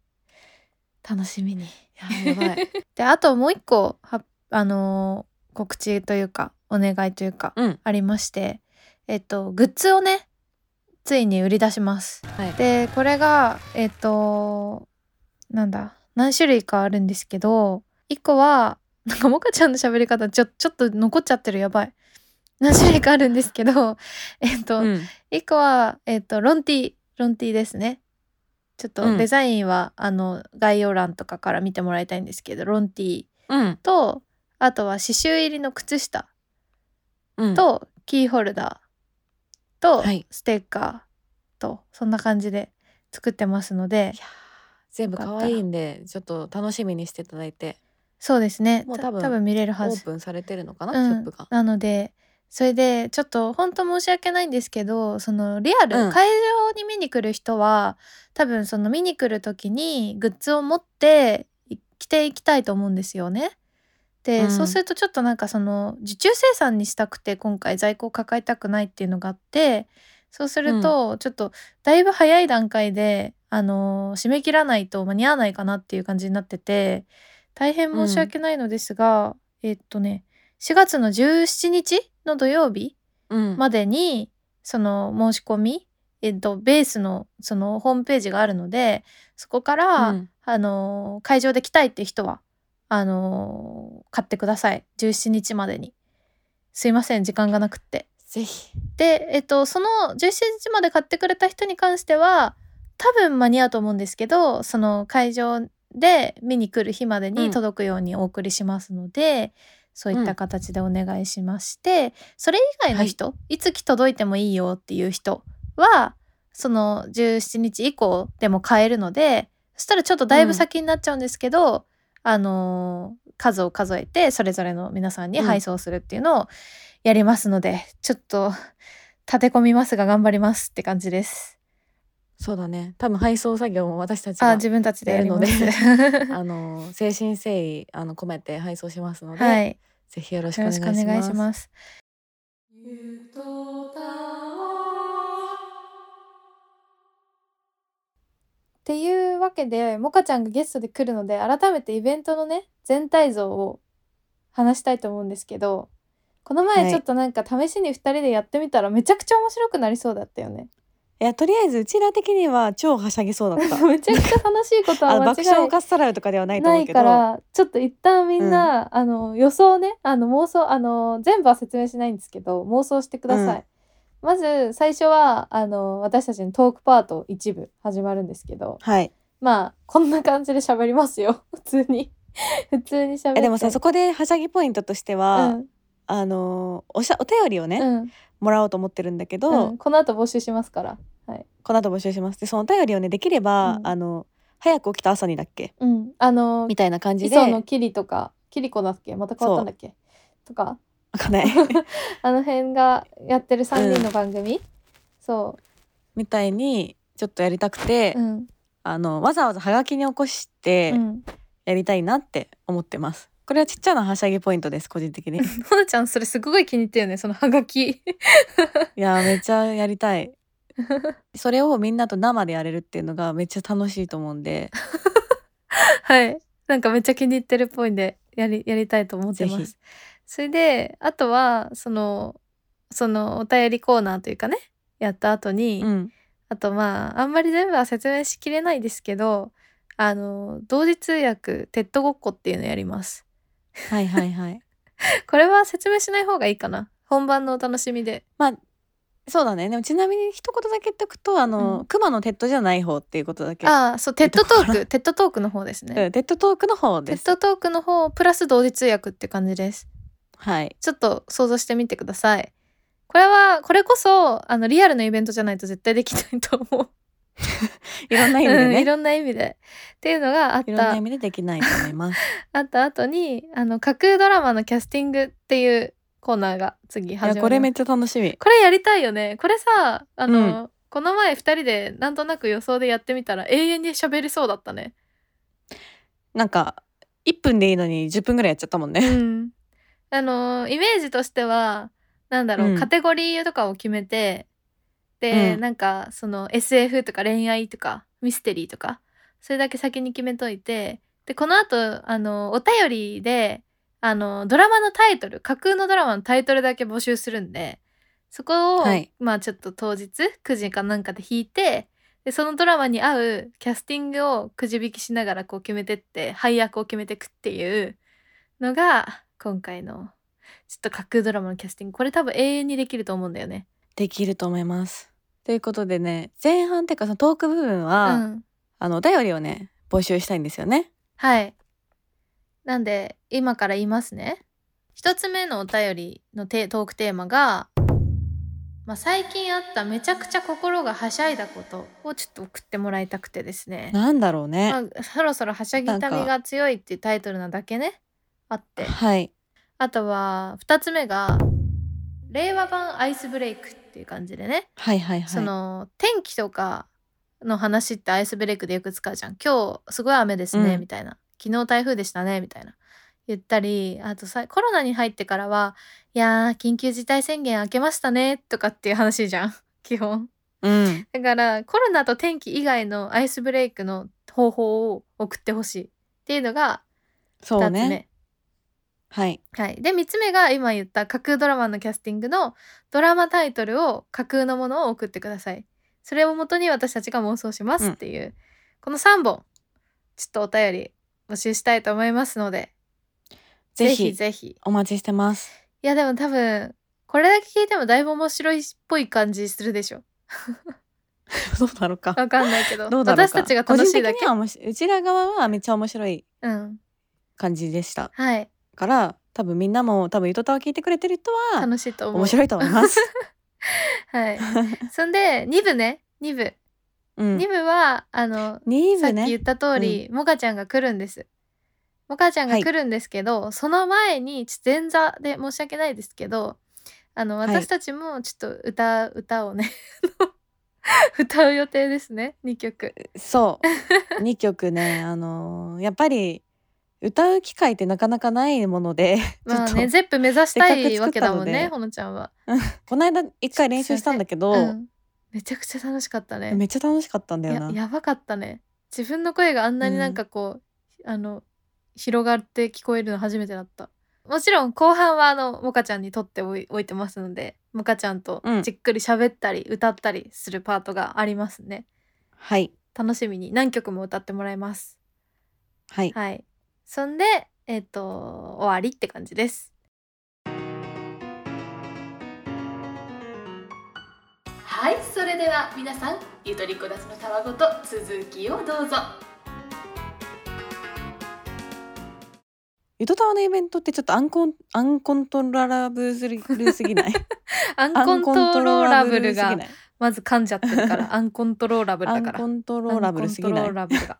[SPEAKER 2] 楽しみに。
[SPEAKER 1] やば い
[SPEAKER 2] であともう一個はあのー告知というかお願いというか、
[SPEAKER 1] うん
[SPEAKER 2] ありましてえっとグッズをねついに売り出します。
[SPEAKER 1] はい
[SPEAKER 2] でこれがえっとなんだ何種類かあるんですけど1個はなんかモカちゃんの喋り方ちょちょっと残っちゃってるやばい何種類かあるんですけどえっと、
[SPEAKER 1] うん
[SPEAKER 2] 一個は、えっとロンティロンティですねちょっ
[SPEAKER 1] う
[SPEAKER 2] と
[SPEAKER 1] ん
[SPEAKER 2] デザインは、あの概要欄とかから見てもらいたいんですけどロンティ
[SPEAKER 1] うん
[SPEAKER 2] とあとは刺繍入りの靴下
[SPEAKER 1] うん、
[SPEAKER 2] と、キーホルダーと、
[SPEAKER 1] はい
[SPEAKER 2] ステッカーとそんな感じで作ってますので
[SPEAKER 1] いやー全部可愛いんでちょっと楽しみにしていただいて
[SPEAKER 2] そうですね
[SPEAKER 1] もう多
[SPEAKER 2] た
[SPEAKER 1] 分
[SPEAKER 2] 見れる
[SPEAKER 1] オ
[SPEAKER 2] はず
[SPEAKER 1] ープンされてるのかな、
[SPEAKER 2] う
[SPEAKER 1] シ
[SPEAKER 2] ん
[SPEAKER 1] ョップが。
[SPEAKER 2] なのでそれでちょっと本当申し訳ないんですけどそのリアル、
[SPEAKER 1] うん
[SPEAKER 2] 会場に見に来る人は多分その見に来る時にグッズを持ってい着ていきたいと思うんですよね。で、
[SPEAKER 1] うん
[SPEAKER 2] そうするとちょっとなんかその受注生産にしたくて今回在庫を抱えたくないっていうのがあってそうするとちょっとだいぶ早い段階で、あのー締め切らないと間に合わないかなっていう感じになってて大変申し訳ないのですが、えっとね4月の17日の土曜日
[SPEAKER 1] うん
[SPEAKER 2] までにその申し込み、えっと、ベースのそのホームページがあるのでそこから、
[SPEAKER 1] うん
[SPEAKER 2] あのー会場で来たいって人はあのー買ってください17日までに。すいません時間がなくって。
[SPEAKER 1] ぜひ
[SPEAKER 2] で、えっと、その17日まで買ってくれた人に関しては多分間に合うと思うんですけどその会場で見に来る日まで
[SPEAKER 1] うん
[SPEAKER 2] に届くようにお送りしますので、そういった形でお願いしまして、それ以外の人、い、つ来届いてもいいよっていう人はその17日以降でも買えるのでそしたらちょっとだいぶ先になっちゃうんですけど、あのー数を数えてそれぞれの皆さんに
[SPEAKER 1] うん
[SPEAKER 2] 配送するっていうのをやりますので、ちょっと立て込みますが頑張りますって感じです。
[SPEAKER 1] そうだね多分配送作業も私たちが
[SPEAKER 2] あ
[SPEAKER 1] あ
[SPEAKER 2] 自分たちでやります
[SPEAKER 1] やる
[SPEAKER 2] は
[SPEAKER 1] の精神誠意あの込めて配送しますので、
[SPEAKER 2] い
[SPEAKER 1] ぜひよろしく
[SPEAKER 2] よ
[SPEAKER 1] お願
[SPEAKER 2] ろ
[SPEAKER 1] い
[SPEAKER 2] し
[SPEAKER 1] し
[SPEAKER 2] く
[SPEAKER 1] ます。
[SPEAKER 2] お願いします。
[SPEAKER 3] ゆとたわ
[SPEAKER 2] っていうわけでモカちゃんがゲストで来るので改めてイベントのね全体像を話したいと思うんですけどこの
[SPEAKER 1] は
[SPEAKER 2] 前
[SPEAKER 1] い
[SPEAKER 2] ちょっとなんか試しに2人でやってみたらめちゃくちゃ面白くなりそうだったよ ね。
[SPEAKER 1] いやとりあえずうちら的には超はしゃぎそうだった。
[SPEAKER 2] めちゃくちゃ楽しいこと
[SPEAKER 1] あ
[SPEAKER 2] は
[SPEAKER 1] の
[SPEAKER 2] 間
[SPEAKER 1] 爆笑
[SPEAKER 2] 違
[SPEAKER 1] を
[SPEAKER 2] い
[SPEAKER 1] かっさらうとかではないと
[SPEAKER 2] な
[SPEAKER 1] 思う
[SPEAKER 2] い
[SPEAKER 1] け
[SPEAKER 2] か
[SPEAKER 1] ど。
[SPEAKER 2] らちょっと一旦みんな、あの予想ねあの妄想あの全部は説明しないんですけど妄想してください、まず最初はあの私たちのトークパート一部始まるんですけど
[SPEAKER 1] はい。
[SPEAKER 2] まあこんな感じで喋りますよ 普通に普通に喋って
[SPEAKER 1] えでもさそこではしゃぎポイントとしては、
[SPEAKER 2] うん
[SPEAKER 1] あのおしゃお便りをね、
[SPEAKER 2] うん
[SPEAKER 1] もらおうと思ってるんだけど、
[SPEAKER 2] うんこの後募集しますから
[SPEAKER 1] この後募集します。でそのお便りをねできれば、
[SPEAKER 2] うん
[SPEAKER 1] あの早く起きた朝にだっけ
[SPEAKER 2] うんあの
[SPEAKER 1] みたいな感じで。
[SPEAKER 2] 磯のキリとかキリコだっけまた変わったんだっけとか
[SPEAKER 1] わかんない
[SPEAKER 2] あの辺がやってる3人の番組、そ
[SPEAKER 1] みたいにちょっとやりたくて、
[SPEAKER 2] う、うん
[SPEAKER 1] あのわざわざはがきに起こして
[SPEAKER 2] うん、
[SPEAKER 1] やりたいなって思ってます。これはちっちゃなはしゃぎポイントです個人的 に。
[SPEAKER 2] ほなちゃんそれすごい気に入ってるよねそのハガキ
[SPEAKER 1] いやーめっちゃやりたいそれをみんなと生でやれるっていうのがめっちゃ楽しいと思うんで
[SPEAKER 2] はいなんかめっちゃ気に入ってるっぽいんでやりやりたいと思ってま
[SPEAKER 1] ぜひ
[SPEAKER 2] すそれであとはそのそのお便りコーナーというかねやった後に、
[SPEAKER 1] うん
[SPEAKER 2] あとまああんまり全部は説明しきれないですけどあの同時通訳テッドごっこっていうのやります
[SPEAKER 1] はいはいはい
[SPEAKER 2] これは説明しない方がいいかな本番のお楽しみで
[SPEAKER 1] まあそうだねでもちなみに一言だけ言っておくとあの、
[SPEAKER 2] うん
[SPEAKER 1] 熊のテッドじゃない方っていうことだけ
[SPEAKER 2] ああそうテッドトークテッドトークの方です
[SPEAKER 1] う
[SPEAKER 2] ね
[SPEAKER 1] ん、テッドトークの方
[SPEAKER 2] テ
[SPEAKER 1] で
[SPEAKER 2] ッ
[SPEAKER 1] す
[SPEAKER 2] ドトークの方プラス同時通訳って感じです
[SPEAKER 1] はい
[SPEAKER 2] ちょっと想像してみてくださいこれはこれこそあのリアルなイベントじゃないと絶対できないと思う
[SPEAKER 1] いろんな意味で
[SPEAKER 2] うんい
[SPEAKER 1] ね、
[SPEAKER 2] ろんな意味でっていうのがあっ
[SPEAKER 1] いろんな
[SPEAKER 2] た
[SPEAKER 1] 意味でできないと思います
[SPEAKER 2] あった後にあの架空ドラマのキャスティングっていうコーナーが次
[SPEAKER 1] い
[SPEAKER 2] 始ま
[SPEAKER 1] や
[SPEAKER 2] る
[SPEAKER 1] これめっちゃ楽しみ
[SPEAKER 2] これやりたいよねこれさあの、
[SPEAKER 1] う
[SPEAKER 2] この前2人でなんとなく予想でやってみたら永遠に喋りそうだったね
[SPEAKER 1] なんか1分でいいのに10分ぐらいやっちゃったもん
[SPEAKER 2] う
[SPEAKER 1] ね
[SPEAKER 2] んあのイメージとしてはなんだろう、
[SPEAKER 1] うん
[SPEAKER 2] カテゴリーとかを決めてで、
[SPEAKER 1] うん
[SPEAKER 2] なんかその SF とか恋愛とかミステリーとかそれだけ先に決めといてでこの後あのお便りであのドラマのタイトル架空のドラマのタイトルだけ募集するんでそこを、
[SPEAKER 1] はい
[SPEAKER 2] まあちょっと当日9時かなんかで引いてでそのドラマに合うキャスティングをくじ引きしながらこう決めてって配役を決めてくっていうのが今回のちょっと架空ドラマのキャスティングこれ多分永遠にできると思うんだよね。
[SPEAKER 1] できると思いますということでね前半っていうかそのトーク部分
[SPEAKER 2] う
[SPEAKER 1] は、
[SPEAKER 2] ん、
[SPEAKER 1] あのお便りをね募集したいんですよね
[SPEAKER 2] はいなんで今から言いますね。一つ目のお便りのテトークテーマが、まあ、最近あっためちゃくちゃ心がはしゃいだことをちょっと送ってもらいたくてですね。
[SPEAKER 1] なんだろうね、
[SPEAKER 2] まあ、そろそろはしゃぎたみが強いっていうタイトルなだけねあって
[SPEAKER 1] はい
[SPEAKER 2] あとは2つ目が令和版アイスブレイクっていう感じでね、
[SPEAKER 1] はいはいはい
[SPEAKER 2] その天気とかの話ってアイスブレイクでよく使うじゃん今日すごい雨ですね、
[SPEAKER 1] うん
[SPEAKER 2] みたいな昨日台風でしたねみたいな言ったりあとさコロナに入ってからはいやー緊急事態宣言明けましたねとかっていう話じゃん 基本。
[SPEAKER 1] うん
[SPEAKER 2] だからコロナと天気以外のアイスブレイクの方法を送ってほしいっていうのが
[SPEAKER 1] そ
[SPEAKER 2] 2
[SPEAKER 1] う
[SPEAKER 2] つ目、
[SPEAKER 1] ねはい
[SPEAKER 2] はい、で3つ目が今言った架空ドラマのキャスティングのドラマタイトルを架空のものを送ってくださいそれをもとに私たちが妄想しますっていう、この3本ちょっとお便り募集したいと思いますので
[SPEAKER 1] ぜ
[SPEAKER 2] ぜひ
[SPEAKER 1] ひ
[SPEAKER 2] ぜひ
[SPEAKER 1] お待ちしてます
[SPEAKER 2] いやでも多分これだけ聞いてもだいぶ面白いっぽい感じするでしょ
[SPEAKER 1] どうだろうか
[SPEAKER 2] わかんないけ ど
[SPEAKER 1] どうだろうか
[SPEAKER 2] 私たちが楽しいだ
[SPEAKER 1] 個人的
[SPEAKER 2] け
[SPEAKER 1] には面白いうちら側はめっちゃ面白い
[SPEAKER 2] うん
[SPEAKER 1] 感じでした
[SPEAKER 2] はい
[SPEAKER 1] から多分みんなも多分ゆとたわ聞いてくれてる人は
[SPEAKER 2] 楽しいと思う
[SPEAKER 1] 面白いと思います、
[SPEAKER 2] はい。そんで2部ね2部、
[SPEAKER 1] うん、
[SPEAKER 2] 2部はあの、
[SPEAKER 1] 2
[SPEAKER 2] さ
[SPEAKER 1] 部
[SPEAKER 2] っき言
[SPEAKER 1] ね
[SPEAKER 2] った通り、モカちゃんが来るんです。モカちゃんが来るんですけど、その前にちょっと前座で申し訳ないですけどあの
[SPEAKER 1] はい
[SPEAKER 2] 私たちもちょっと歌,、歌をね 歌う予定ですね2曲。
[SPEAKER 1] そう2曲ね あのーやっぱり歌う機会ってなかなかないもので
[SPEAKER 2] まあ
[SPEAKER 1] ちょっ
[SPEAKER 2] ね
[SPEAKER 1] と
[SPEAKER 2] ゼップ目指したい
[SPEAKER 1] せっ
[SPEAKER 2] わ
[SPEAKER 1] かく作
[SPEAKER 2] け
[SPEAKER 1] った
[SPEAKER 2] だ
[SPEAKER 1] の
[SPEAKER 2] もん
[SPEAKER 1] で
[SPEAKER 2] ねほのちゃんは。
[SPEAKER 1] この間一回練習したんだけど、
[SPEAKER 2] うん、めちゃくちゃ楽しかったね。
[SPEAKER 1] めっちゃ楽しかったんだよ
[SPEAKER 2] や
[SPEAKER 1] な
[SPEAKER 2] やばかったね自分の声があんなになんかこう、あの広がって聞こえるの初めてだったもちろん後半はあのモカちゃんにとっておい置いてますのでモカちゃんと
[SPEAKER 1] うん
[SPEAKER 2] じっくり喋ったり歌ったりするパートがありますね、
[SPEAKER 1] はい
[SPEAKER 2] 楽しみに何曲も歌ってもらいます
[SPEAKER 1] はい
[SPEAKER 2] はいそんでえっ、と終わりって感じですはいそれでは皆さんゆとりこだちのたわごと続きをどうぞ
[SPEAKER 1] ゆとたわのイベントってちょっとアンコンアンコントローラブすぎるすぎない
[SPEAKER 2] アンコントローラブル
[SPEAKER 1] アンコントローラブルすぎ
[SPEAKER 2] が
[SPEAKER 1] ない
[SPEAKER 2] まず噛んじゃってるからアンコントローラブル
[SPEAKER 1] ア
[SPEAKER 2] だ
[SPEAKER 1] ン
[SPEAKER 2] から
[SPEAKER 1] コントローラブルすぎな
[SPEAKER 2] ア
[SPEAKER 1] い
[SPEAKER 2] ンコントローラブルが、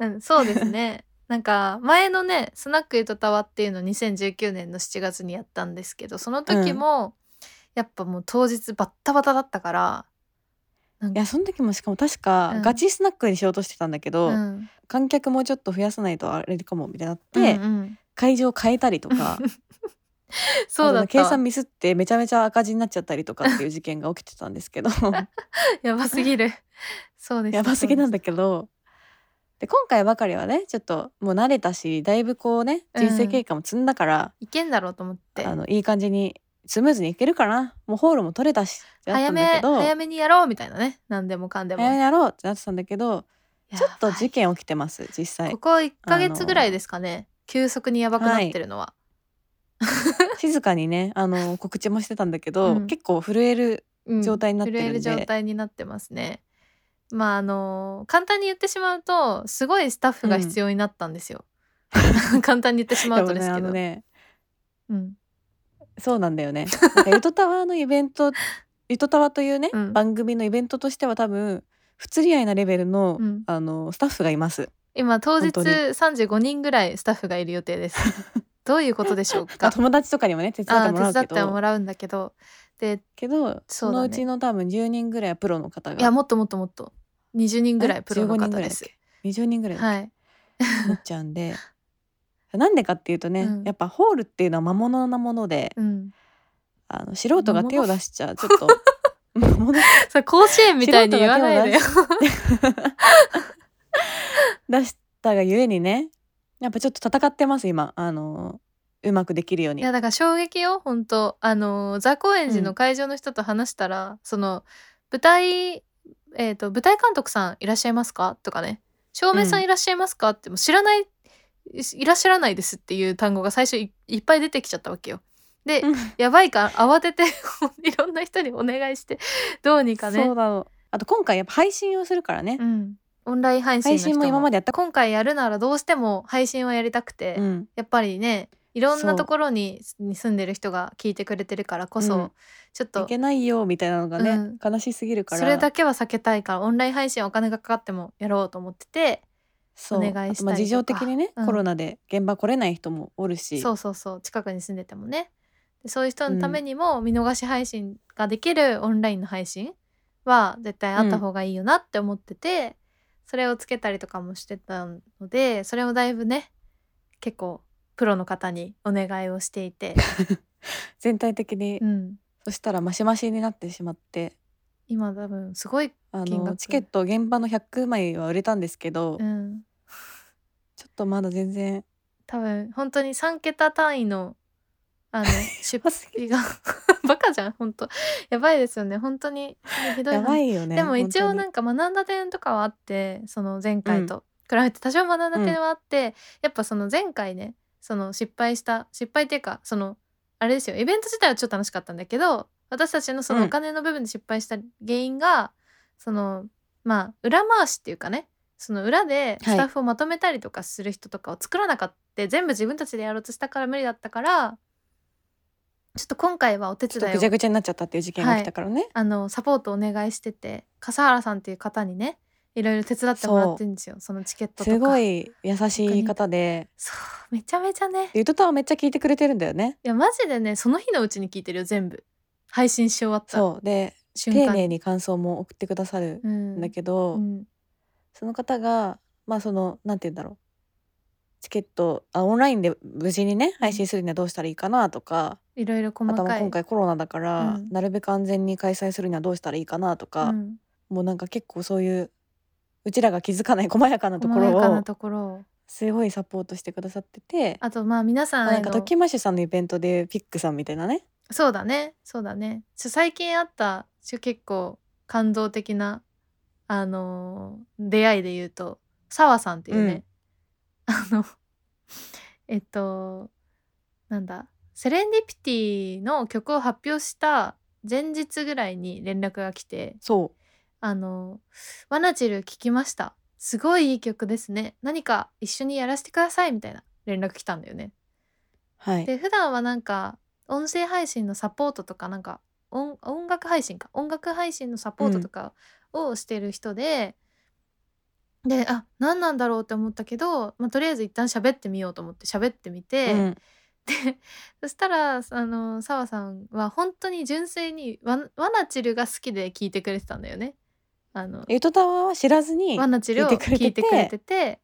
[SPEAKER 2] うん、そうですね なんか前のね「スナックゆとたわ」っていうのを2019年の7月にやったんですけどその時も、やっぱもう当日バッタバタだったからなん
[SPEAKER 1] い
[SPEAKER 2] か
[SPEAKER 1] やその時もしかも確か、
[SPEAKER 2] うん
[SPEAKER 1] ガチスナックにしようとしてたんだけど、
[SPEAKER 2] うん
[SPEAKER 1] 観客もうちょっと増やさないとあれかもみたいになって、
[SPEAKER 2] うんうん
[SPEAKER 1] 会場変えたりと か
[SPEAKER 2] そうだ
[SPEAKER 1] あの
[SPEAKER 2] った
[SPEAKER 1] 計
[SPEAKER 2] わ
[SPEAKER 1] 算ミスってめちゃめちゃ赤字になっちゃったりとかっていう事件が起きてたんですけ ど
[SPEAKER 2] やばす ぎるそうです
[SPEAKER 1] やばすぎなん
[SPEAKER 2] だ
[SPEAKER 1] だけどで今回ばかりはねちょっともう慣れたしだいぶこうね人生経過も積んだから、
[SPEAKER 2] いけんだろうと思って
[SPEAKER 1] あのいい感じにスムーズにいけるかなもうホールも取れたしってなっ
[SPEAKER 2] 早
[SPEAKER 1] たんだ
[SPEAKER 2] め
[SPEAKER 1] けど
[SPEAKER 2] 早めにやろうみたいなね何でもかんでも
[SPEAKER 1] 早めにやろうってなってたんだけどちょっと
[SPEAKER 2] やばい
[SPEAKER 1] 事件起きてます実際
[SPEAKER 2] ここ1ヶ月ぐらいですかね、急速にやばくなってるのは。
[SPEAKER 1] 静かにねあの告知もしてたんだけど、
[SPEAKER 2] うん
[SPEAKER 1] 結構震える
[SPEAKER 2] うん
[SPEAKER 1] 状態になってるんで
[SPEAKER 2] 震える状態になってますねまああの簡単に言ってしまうとすごいスタッフが必要になったんです よ、簡単に言ってしまうと
[SPEAKER 1] で
[SPEAKER 2] で
[SPEAKER 1] もね
[SPEAKER 2] す
[SPEAKER 1] あ
[SPEAKER 2] けど、
[SPEAKER 1] のね
[SPEAKER 2] うん、
[SPEAKER 1] そうなんだよね。なんかゆとたわのイベン ト、ゆとたわというね、
[SPEAKER 2] うん
[SPEAKER 1] 番組のイベントとしては多分。不釣り合いなレベルの、
[SPEAKER 2] うん
[SPEAKER 1] あのスタッフがいます。
[SPEAKER 2] 今当日
[SPEAKER 1] 本当に
[SPEAKER 2] 35人ぐらいスタッフがいる予定 ですどういうことでしょう
[SPEAKER 1] あ
[SPEAKER 2] か
[SPEAKER 1] 友達とかにもね、手伝って
[SPEAKER 2] あ
[SPEAKER 1] もら
[SPEAKER 2] 手
[SPEAKER 1] う
[SPEAKER 2] 伝
[SPEAKER 1] け
[SPEAKER 2] ってはも
[SPEAKER 1] ど。
[SPEAKER 2] らうんだけどで
[SPEAKER 1] けど、そ
[SPEAKER 2] そ
[SPEAKER 1] う
[SPEAKER 2] だ
[SPEAKER 1] の
[SPEAKER 2] ね
[SPEAKER 1] うちの多分10人ぐらいはプロの方
[SPEAKER 2] いや
[SPEAKER 1] が。
[SPEAKER 2] もっともっともっと20人ぐらいプロの
[SPEAKER 1] 15人
[SPEAKER 2] 方
[SPEAKER 1] ぐらい
[SPEAKER 2] で
[SPEAKER 1] だっ
[SPEAKER 2] す
[SPEAKER 1] け20人ぐらい
[SPEAKER 2] はい
[SPEAKER 1] なっちゃうんで。なんでかっていうとね、
[SPEAKER 2] うん
[SPEAKER 1] やっぱホールっていうのは魔物なもので、
[SPEAKER 2] うん、
[SPEAKER 1] あの素人が手を出しちゃちょ っと魔物
[SPEAKER 2] それ甲子 園みたいに言わないでよ、
[SPEAKER 1] 出したがゆえにねやっぱちょっと戦ってます今あのうまくできるよう
[SPEAKER 2] い
[SPEAKER 1] に
[SPEAKER 2] やだから衝撃よ本当あの座高円寺の会場の人と話したら、その舞台えっ、と舞台監督さんいらっしゃいますかとかね照明さ
[SPEAKER 1] うん
[SPEAKER 2] んいらっしゃいますかってもう知らないいいらっしゃらないですっていう単語が最初いいっぱい出てきちゃったわけよ。で、
[SPEAKER 1] うん
[SPEAKER 2] やばいから慌て ていろんな人にお願いしてどうにかね
[SPEAKER 1] そうだろうあと今回やっぱ配信をするからね、
[SPEAKER 2] うん、オンライン配信
[SPEAKER 1] 配
[SPEAKER 2] の人
[SPEAKER 1] 信も今までやったこ
[SPEAKER 2] 今回やるならどうしても配信をやりたくて、
[SPEAKER 1] と、うん、
[SPEAKER 2] やっぱりねいろん
[SPEAKER 1] そ
[SPEAKER 2] な
[SPEAKER 1] う
[SPEAKER 2] ところにに住んでる人が聞いてくれてるからこそ、
[SPEAKER 1] うん
[SPEAKER 2] ちょっ
[SPEAKER 1] い
[SPEAKER 2] と
[SPEAKER 1] けないよみたいなのがね、
[SPEAKER 2] うん
[SPEAKER 1] 悲しすぎるから
[SPEAKER 2] それだけは避けたいからオンライン配信はお金がかかってもやろうと思ってて
[SPEAKER 1] そう
[SPEAKER 2] お願いしたりとか
[SPEAKER 1] あとまあ事情的にね、
[SPEAKER 2] うん
[SPEAKER 1] コロナで現場来れない人もおるし
[SPEAKER 2] そうそうそう近くに住んでてもねでそういう人のためにも見逃し配信ができるオンラインの配信は絶対あった方がいいよなって思ってて、それをつけたりとかもしてたのでそれをだいぶね結構プロの方にお願いをして いて、
[SPEAKER 1] 全体的に、
[SPEAKER 2] うん、
[SPEAKER 1] そしたらマシマシになってしまって
[SPEAKER 2] 今多分すごい、
[SPEAKER 1] あ
[SPEAKER 2] 金額
[SPEAKER 1] のチケット現場の100枚は売れたんですけど、
[SPEAKER 2] うん、
[SPEAKER 1] ちょっとまだ全然
[SPEAKER 2] 多分本当に3桁単位の あの出
[SPEAKER 1] 高すぎ
[SPEAKER 2] 費が バカじゃん本当やばいですよね本当にひどい
[SPEAKER 1] やば
[SPEAKER 2] 話
[SPEAKER 1] いよね
[SPEAKER 2] でも一応な
[SPEAKER 1] か
[SPEAKER 2] んか学んだ点とかはあってその前回と比べて多少学んだ点はあって、やっぱその前回ねその失敗した失敗っていうかそのあれですよイベント自体はちょっと楽しかったんだけど私たちのそうの
[SPEAKER 1] ん
[SPEAKER 2] お金の部分で失敗した原因が、そのまあ裏回しっていうかねその裏で
[SPEAKER 1] はい
[SPEAKER 2] スタッフをまとめたりとかする人とかを作らなかった、全部自分たちでやろうとしたから無理だったからちょっと今回はお手
[SPEAKER 1] ちょっと
[SPEAKER 2] 伝
[SPEAKER 1] ぐ
[SPEAKER 2] いを
[SPEAKER 1] ちゃぐちゃになっちゃったっていう事件が起きたからね、
[SPEAKER 2] あのサポートお願いしてて笠原さんっていう方にねいろいろ手伝ってもらってるんですよそのチケットとか
[SPEAKER 1] すごい優しい方で
[SPEAKER 2] そうめちゃめちゃね
[SPEAKER 1] でゆとたわめっちゃ聞いてくれてるんだよね
[SPEAKER 2] いやマジでねその日のうちに聞いてるよ全部配信し終わった
[SPEAKER 1] そうで
[SPEAKER 2] 瞬
[SPEAKER 1] 丁
[SPEAKER 2] 間
[SPEAKER 1] 寧に感想も送ってくださる
[SPEAKER 2] うん
[SPEAKER 1] んだけど、
[SPEAKER 2] うん
[SPEAKER 1] その方がまあそのなんて言うんだろうチケットあオンラインで無事にね配信するにはどうしたらいいかなとか、
[SPEAKER 2] いろいろ細
[SPEAKER 1] あとは
[SPEAKER 2] かい
[SPEAKER 1] 今回コロナだから、
[SPEAKER 2] うん
[SPEAKER 1] なるべく安全に開催するにはどうしたらいいかなとか、
[SPEAKER 2] うん
[SPEAKER 1] もうなんか結構そういううちらが気づかない細やかなとこ
[SPEAKER 2] 細や
[SPEAKER 1] ろ
[SPEAKER 2] か
[SPEAKER 1] を
[SPEAKER 2] なところを
[SPEAKER 1] すごいサポートしてくださってて
[SPEAKER 2] あとまあ皆さん
[SPEAKER 1] なんか
[SPEAKER 2] あの
[SPEAKER 1] ときましゅさんのイベントでピックさんみたいなね
[SPEAKER 2] そうだねそうだねちょ最近あったちょ結構感動的なあのー出会いで言うと澤さんっていうね、 あのえっとなんだセレンディピティの曲を発表した前日ぐらいに連絡が来て
[SPEAKER 1] そ
[SPEAKER 2] あの「ワナチル聴きましたすごいいい曲ですね何か一緒にやらせてください」みたいな連絡来たんだよね。
[SPEAKER 1] うはい
[SPEAKER 2] で普段はなんか音声配信のサポートとかなんか音音楽配信か音楽配信のサポートとかをしてる人で、であ何なんだろうって思ったけど、まあ、とりあえず一旦喋ってみようと思って喋ってみて、
[SPEAKER 1] うん
[SPEAKER 2] でそしたらあの澤さんは本当に純粋にワワナチルが好きで聞いてくれてたんだよね。あの
[SPEAKER 1] ゆとたわは知らずに
[SPEAKER 2] ワナチルを聞
[SPEAKER 1] 聞
[SPEAKER 2] い
[SPEAKER 1] いて
[SPEAKER 2] てく
[SPEAKER 1] く
[SPEAKER 2] れ
[SPEAKER 1] れ
[SPEAKER 2] て
[SPEAKER 1] て
[SPEAKER 2] て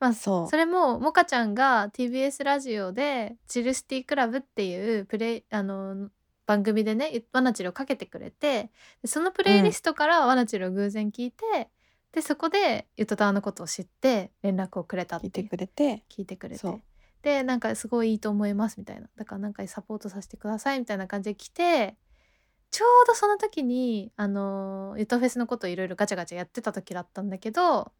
[SPEAKER 2] まあ
[SPEAKER 1] そう
[SPEAKER 2] それもモカちゃんが TBS ラジオで「チルシティクラブ」っていうプレイあの番組でねワナチルをかけてくれてでそのプレイリストからワナチルを偶然聞いて、でそこでゆとたわのことを知って連絡をくれたって
[SPEAKER 1] 聞
[SPEAKER 2] い
[SPEAKER 1] いうてくれて
[SPEAKER 2] 聞いてくれ
[SPEAKER 1] そ
[SPEAKER 2] て
[SPEAKER 1] う
[SPEAKER 2] でなんかすごいいいと思いますみたいなだからなんかサポートさせてくださいみたいな感じで来てちょうどその時にあのーゆとフェスのことをいろいろガチャガチャやってた時だったんだけど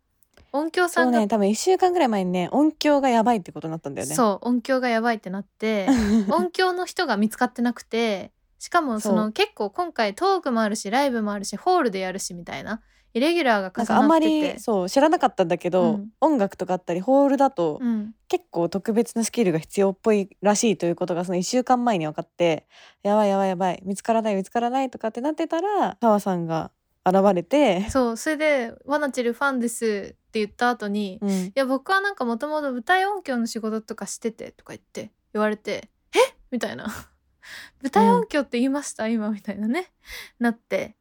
[SPEAKER 2] 音響
[SPEAKER 1] そ
[SPEAKER 2] さ
[SPEAKER 1] うん
[SPEAKER 2] が
[SPEAKER 1] ね多分1週間ぐらい前にね音響がやばいってことになったんだ よねう
[SPEAKER 2] そう音響がやばいってなって 音響の人が見つかってなくてしかもその
[SPEAKER 1] そ
[SPEAKER 2] 結構今回トークもあるしライブもあるしホールでやるしみたいなイレギュラーが重なって
[SPEAKER 1] なん
[SPEAKER 2] て
[SPEAKER 1] かあんまりそう知らなかったんだけど、
[SPEAKER 2] うん
[SPEAKER 1] 音楽とかあったりホールだと
[SPEAKER 2] うん、
[SPEAKER 1] 結構特別なスキルが必要っぽいらしいということがその1週間前に分かってやばいやばいやばい見つからない見つからないとかってなってたら川さんが現れて、
[SPEAKER 2] そうそれで「ワナチルファンです」って言った後に「
[SPEAKER 1] うん
[SPEAKER 2] い、や僕はなんかもともと舞台音響の仕事とかしてて」とか言って言われて「えみたいな 「舞台音響って言いました、今」みたいなねなって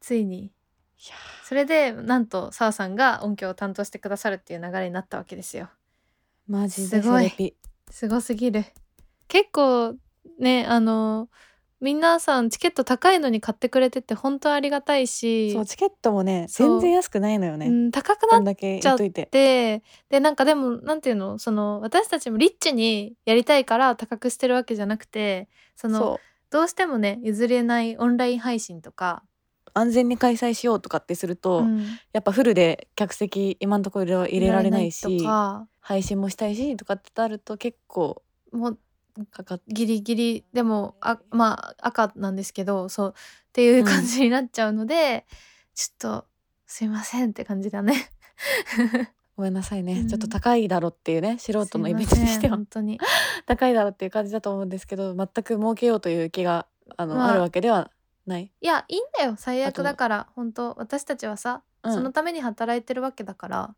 [SPEAKER 2] ついに
[SPEAKER 1] いや
[SPEAKER 2] それでなんと澤さんが音響を担当してくださるっていう流れになったわけですよ。
[SPEAKER 1] マジです
[SPEAKER 2] ご
[SPEAKER 1] セ
[SPEAKER 2] い
[SPEAKER 1] レピ
[SPEAKER 2] すごすぎる結構ねあの皆さんチケット高いのに買ってくれてて本当ありがたいし
[SPEAKER 1] そうチケットもね
[SPEAKER 2] そ
[SPEAKER 1] 全
[SPEAKER 2] う
[SPEAKER 1] 然安くないのよね、
[SPEAKER 2] うん、高くな
[SPEAKER 1] こ
[SPEAKER 2] っ
[SPEAKER 1] んだけ言っといて
[SPEAKER 2] ででなんかでもなんていうのその私たちもリッチにやりたいから高くしてるわけじゃなくてその
[SPEAKER 1] そう
[SPEAKER 2] どうしてもね譲れないオンライン配信とか、
[SPEAKER 1] 安全に開催しようとかってすると、
[SPEAKER 2] うん
[SPEAKER 1] やっぱフルで客席今のところ入れられないし
[SPEAKER 2] 入れられないとか
[SPEAKER 1] 配信もしたいしとかってなると結構
[SPEAKER 2] もう
[SPEAKER 1] かかっ
[SPEAKER 2] ギリギリでもあまあ赤なんですけどそうっていう感じになっちゃうので、ちょっとすいませんって感じだね。
[SPEAKER 1] ごめんなさいね、
[SPEAKER 2] うん
[SPEAKER 1] ちょっと高いだろっていうね素人のイベント
[SPEAKER 2] すいま
[SPEAKER 1] に
[SPEAKER 2] せん
[SPEAKER 1] しては
[SPEAKER 2] 本当に
[SPEAKER 1] 高いだろっていう感じだと思うんですけど全く儲けようという気があの、
[SPEAKER 2] まあ
[SPEAKER 1] あ、るわけではない。
[SPEAKER 2] いやいいんだよ最
[SPEAKER 1] あと
[SPEAKER 2] 悪だから本当私たちはさ、
[SPEAKER 1] うん
[SPEAKER 2] そのために働いてるわけだから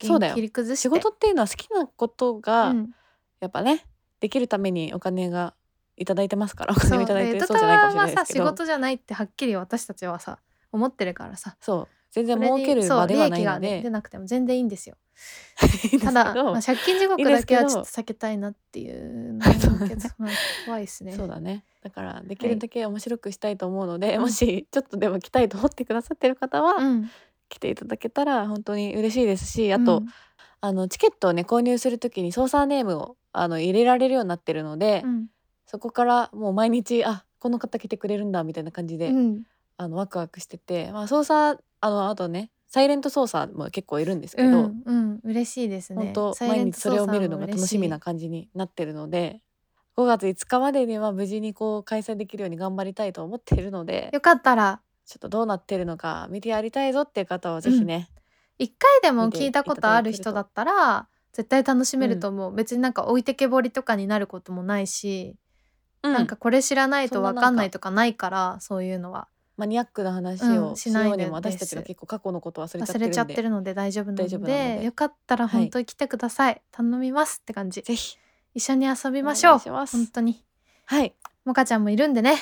[SPEAKER 2] 貯
[SPEAKER 1] そうだ
[SPEAKER 2] 金
[SPEAKER 1] よ
[SPEAKER 2] 切り崩して
[SPEAKER 1] 仕事っていうのは好きなことが、
[SPEAKER 2] うん
[SPEAKER 1] やっぱねできるためにお金がいただいてますからお
[SPEAKER 2] そ
[SPEAKER 1] 金
[SPEAKER 2] う
[SPEAKER 1] をいただい
[SPEAKER 2] で
[SPEAKER 1] て
[SPEAKER 2] ド
[SPEAKER 1] そ
[SPEAKER 2] タ
[SPEAKER 1] うじゃないかもしれ
[SPEAKER 2] ワは
[SPEAKER 1] ないで
[SPEAKER 2] さ
[SPEAKER 1] す
[SPEAKER 2] 仕
[SPEAKER 1] けど
[SPEAKER 2] 事じゃないってはっきり私たちはさ思ってるからさ
[SPEAKER 1] そう全
[SPEAKER 2] そ
[SPEAKER 1] 然
[SPEAKER 2] れ
[SPEAKER 1] 儲
[SPEAKER 2] に
[SPEAKER 1] ける
[SPEAKER 2] そ
[SPEAKER 1] 場
[SPEAKER 2] う
[SPEAKER 1] で
[SPEAKER 2] 利
[SPEAKER 1] はない
[SPEAKER 2] 益
[SPEAKER 1] の
[SPEAKER 2] がね
[SPEAKER 1] で
[SPEAKER 2] 出なくても全然いいんですよ
[SPEAKER 1] いいんです
[SPEAKER 2] た
[SPEAKER 1] け
[SPEAKER 2] だ、
[SPEAKER 1] ど
[SPEAKER 2] まあ、借金地獄
[SPEAKER 1] いいんで
[SPEAKER 2] だ
[SPEAKER 1] す
[SPEAKER 2] け
[SPEAKER 1] けど
[SPEAKER 2] はちょっと避けたいなっていうのもあるけ どまあ怖いですね
[SPEAKER 1] そうだねだからでき
[SPEAKER 2] はい
[SPEAKER 1] るだけ面白くしたいと思うので、もしちょっとでも来たいと思ってくださってる方は、
[SPEAKER 2] うん
[SPEAKER 1] 来ていただけたら本当に嬉しいですしあと、
[SPEAKER 2] うん
[SPEAKER 1] あのチケットをね購入するときに操作ネームをあの入れられるようになってるので、
[SPEAKER 2] うん
[SPEAKER 1] そこからもう毎日あこの方来てくれるんだみたいな感じで、
[SPEAKER 2] うん
[SPEAKER 1] あのワクワクしてて、まあ、操作あのあとねサイレント操作も結構いるんですけ
[SPEAKER 2] う
[SPEAKER 1] ど、
[SPEAKER 2] んうん嬉しいですね
[SPEAKER 1] 本当
[SPEAKER 2] サイレ
[SPEAKER 1] 毎
[SPEAKER 2] ン
[SPEAKER 1] 日
[SPEAKER 2] ト
[SPEAKER 1] それを見るのが
[SPEAKER 2] 操作も
[SPEAKER 1] 楽
[SPEAKER 2] 嬉
[SPEAKER 1] しみな感じになってるので5月5日までには無事にこう開催できるように頑張りたいと思っているので
[SPEAKER 2] よかったら
[SPEAKER 1] ちょっとどうなってるのか見てやりたいぞっていう方はぜひね、
[SPEAKER 2] 一回でも聞いたことある人だったら絶対楽しめると思う、別になんか置いてけぼりとかになることもないし、
[SPEAKER 1] う
[SPEAKER 2] なんかこれ知らないと
[SPEAKER 1] そんな
[SPEAKER 2] 分
[SPEAKER 1] なんか
[SPEAKER 2] かんないとかないからそういうのは
[SPEAKER 1] マニアックな話
[SPEAKER 2] う
[SPEAKER 1] を
[SPEAKER 2] ん
[SPEAKER 1] し
[SPEAKER 2] しない
[SPEAKER 1] よ
[SPEAKER 2] で
[SPEAKER 1] うにも私たち
[SPEAKER 2] で
[SPEAKER 1] が
[SPEAKER 2] す
[SPEAKER 1] 結構過去のこと忘れちゃって
[SPEAKER 2] 忘
[SPEAKER 1] るん
[SPEAKER 2] れ
[SPEAKER 1] で
[SPEAKER 2] ちゃってるので大丈夫なの
[SPEAKER 1] 大
[SPEAKER 2] で
[SPEAKER 1] 丈夫なので
[SPEAKER 2] よかったら本当に来てください、頼みますって感じ
[SPEAKER 1] ぜひ
[SPEAKER 2] 一緒に遊び
[SPEAKER 1] 見
[SPEAKER 2] ましょう
[SPEAKER 1] ます
[SPEAKER 2] 本当に
[SPEAKER 1] はい
[SPEAKER 2] もかちゃんもいるんでね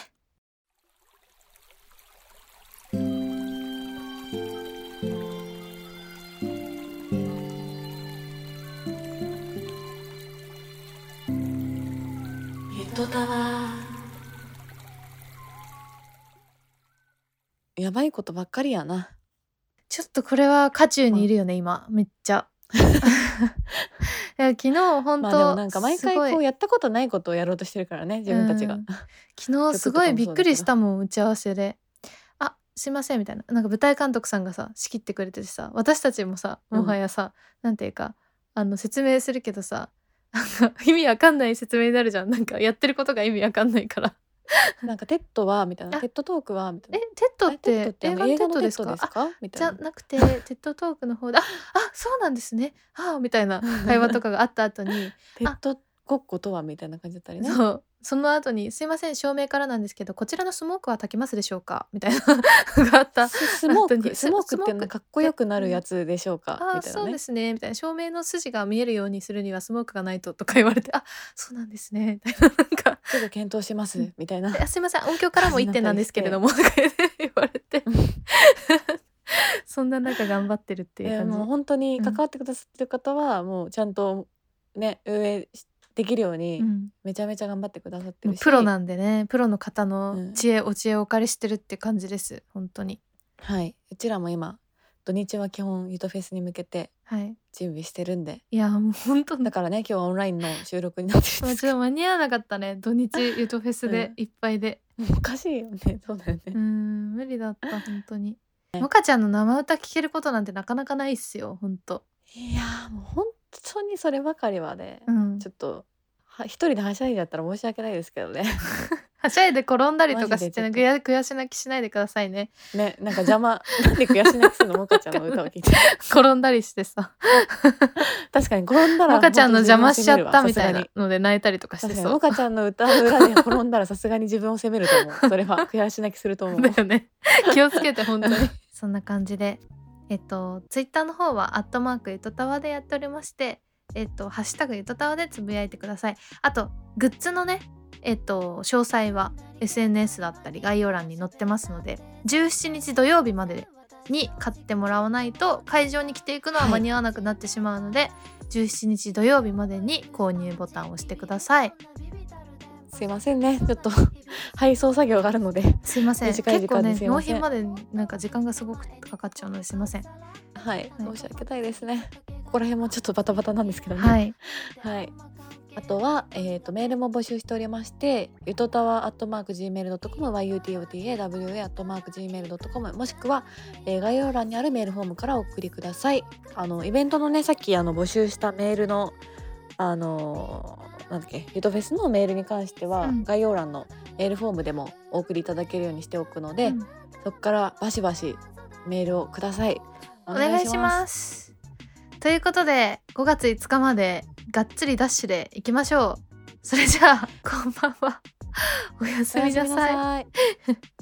[SPEAKER 1] ゆとたわやばいことばっかりやな
[SPEAKER 2] ちょっとこれは渦中にいるよね今めっ ちゃいや昨日本当、
[SPEAKER 1] まあでもなんか毎回
[SPEAKER 2] すごい
[SPEAKER 1] こうやったことないことをやろうとしてるからね自分たちが、
[SPEAKER 2] うん昨日すごいびっくりしたもん打ち合わせで「あすいません」みたいななんか舞台監督さんがさ仕切ってくれててさ私たちもさ
[SPEAKER 1] うん
[SPEAKER 2] もはやさ、なんていうかあの説明するけどさなんか意 味わかんない説明になるじゃんなんかやってることが意味わかんないから。
[SPEAKER 1] なんかテッドはみたいな
[SPEAKER 2] あ
[SPEAKER 1] テッドトークはみたい
[SPEAKER 2] え
[SPEAKER 1] な
[SPEAKER 2] テッドっ
[SPEAKER 1] あれ
[SPEAKER 2] て
[SPEAKER 1] テ
[SPEAKER 2] 映
[SPEAKER 1] ッド
[SPEAKER 2] 画の
[SPEAKER 1] って映
[SPEAKER 2] テ
[SPEAKER 1] 画
[SPEAKER 2] ッ
[SPEAKER 1] の
[SPEAKER 2] ド
[SPEAKER 1] テ
[SPEAKER 2] で
[SPEAKER 1] ッ
[SPEAKER 2] す
[SPEAKER 1] ド
[SPEAKER 2] か
[SPEAKER 1] です
[SPEAKER 2] あ
[SPEAKER 1] かみたい
[SPEAKER 2] じゃ
[SPEAKER 1] な
[SPEAKER 2] なく てテッドトークの方で「ああそうなんですねあみたいな会話とかがあった後 に
[SPEAKER 1] テッドごっことはみたいな感じだったりね
[SPEAKER 2] そうその後に「すいません照明からなんですけどこちらのスモークは炊きますでしょうか?」みたいなのがあった
[SPEAKER 1] ススモー
[SPEAKER 2] 本当
[SPEAKER 1] ク
[SPEAKER 2] に
[SPEAKER 1] スモークっていうの
[SPEAKER 2] スモー
[SPEAKER 1] は
[SPEAKER 2] ク
[SPEAKER 1] かっこよくなるやつでしょうか
[SPEAKER 2] あ
[SPEAKER 1] み
[SPEAKER 2] あ
[SPEAKER 1] たいな
[SPEAKER 2] そう
[SPEAKER 1] ね
[SPEAKER 2] ですねみたいな照明の筋が見えるようにするにはスモークがないととか言われてあそうなんですねみたいななん か
[SPEAKER 1] すぐ検討しま
[SPEAKER 2] うん
[SPEAKER 1] すみたい な
[SPEAKER 2] であすいません音響からも1点なんですけれどもとか言われて
[SPEAKER 1] うん
[SPEAKER 2] そんな中頑張ってるっていう
[SPEAKER 1] えー
[SPEAKER 2] 感じ、
[SPEAKER 1] もう本当に
[SPEAKER 2] うん
[SPEAKER 1] 関わってくださってる方は、もうちゃんとね運営しできるように
[SPEAKER 2] うん
[SPEAKER 1] めちゃめちゃ頑張ってくださって
[SPEAKER 2] もう
[SPEAKER 1] るし、
[SPEAKER 2] プロなんでねプロの方
[SPEAKER 1] う
[SPEAKER 2] の
[SPEAKER 1] ん
[SPEAKER 2] 知恵、お知恵をお借りしてるって感じです本当に
[SPEAKER 1] はいうちらも今土日は基本ゆとフェスに向けて
[SPEAKER 2] はい
[SPEAKER 1] 準備してるんで
[SPEAKER 2] いやもう本当
[SPEAKER 1] だ からね今日はオンラインの収録になってる
[SPEAKER 2] ま
[SPEAKER 1] ん
[SPEAKER 2] あ
[SPEAKER 1] で
[SPEAKER 2] ち
[SPEAKER 1] すけ
[SPEAKER 2] ょっと間に合わなかったね土日ゆとフェスで
[SPEAKER 1] うん
[SPEAKER 2] いっぱいで、
[SPEAKER 1] どおかしいよねそうだよね、
[SPEAKER 2] うーん無理だった本当にモカちゃんの生歌聴けることなんてなかなかないっすよほんと、
[SPEAKER 1] いやーもう本当にそればかりはね、
[SPEAKER 2] うん
[SPEAKER 1] ち、ょっとは一人ではしゃいだったら申し訳ないですけど ね
[SPEAKER 2] はしゃいで転んだりとか
[SPEAKER 1] マジ
[SPEAKER 2] し
[SPEAKER 1] で
[SPEAKER 2] て
[SPEAKER 1] ちょっと
[SPEAKER 2] 悔や悔し泣きしないでくださいね
[SPEAKER 1] ねなんか邪魔なんで悔し泣きするのもかちゃんの歌を聞いて
[SPEAKER 2] 転んだりしてさ
[SPEAKER 1] 確かに転んだら
[SPEAKER 2] モカちゃんの邪魔しちゃったみた
[SPEAKER 1] さすが
[SPEAKER 2] いな
[SPEAKER 1] に
[SPEAKER 2] ので泣いたりとかして
[SPEAKER 1] 確かに
[SPEAKER 2] そ
[SPEAKER 1] モ
[SPEAKER 2] う
[SPEAKER 1] カちゃんの歌の裏で転んだらさすがに自分を責めると思 うそれは悔し泣きすると思う
[SPEAKER 2] だ よね気をつけて本当にそんな感じでえっとツイッターの方は「アットマークゆとたわ」でやっておりましてえっと「ハッシュタグゆとたわ」でつぶやいてくださいあとグッズのねえっと詳細は SNS だったり概要欄に載ってますので17日土曜日までに買ってもらわないと会場に来ていくのは
[SPEAKER 1] はい
[SPEAKER 2] 間に合わなくなってしまうので、17日土曜日までに購入ボタンを押してください
[SPEAKER 1] すいませんねちょっと配送作業があるのです
[SPEAKER 2] いません
[SPEAKER 1] 短い
[SPEAKER 2] 結
[SPEAKER 1] 時
[SPEAKER 2] 構
[SPEAKER 1] 間
[SPEAKER 2] ね
[SPEAKER 1] ですいま
[SPEAKER 2] 納
[SPEAKER 1] せん
[SPEAKER 2] 品までなんか時間がすごくかかっちゃうのですいません
[SPEAKER 1] はい申し訳ないですねここら辺もちょっとバタバタなんですけどね
[SPEAKER 2] はい
[SPEAKER 1] はい。あとは、えー、とメールも募集しておりましてゆとたわ .gmail.com yutotawa.gmail.com もしくは、えー概要欄にあるメールフォームからお送りくださいあのイベントのねさっきあの募集したメールのあのーなんだっけゆとフェスのメールに関しては、
[SPEAKER 2] うん
[SPEAKER 1] 概要欄のメールフォームでもお送りいただけるようにしておくので、
[SPEAKER 2] うん
[SPEAKER 1] そこからバシバシメールをくださいお
[SPEAKER 2] お願いしますということで5月5日までがっつりダッシュでいきましょうそれじゃあこんばんはおやす
[SPEAKER 1] おや
[SPEAKER 2] み
[SPEAKER 1] す
[SPEAKER 2] な
[SPEAKER 1] みな
[SPEAKER 2] さい
[SPEAKER 1] さい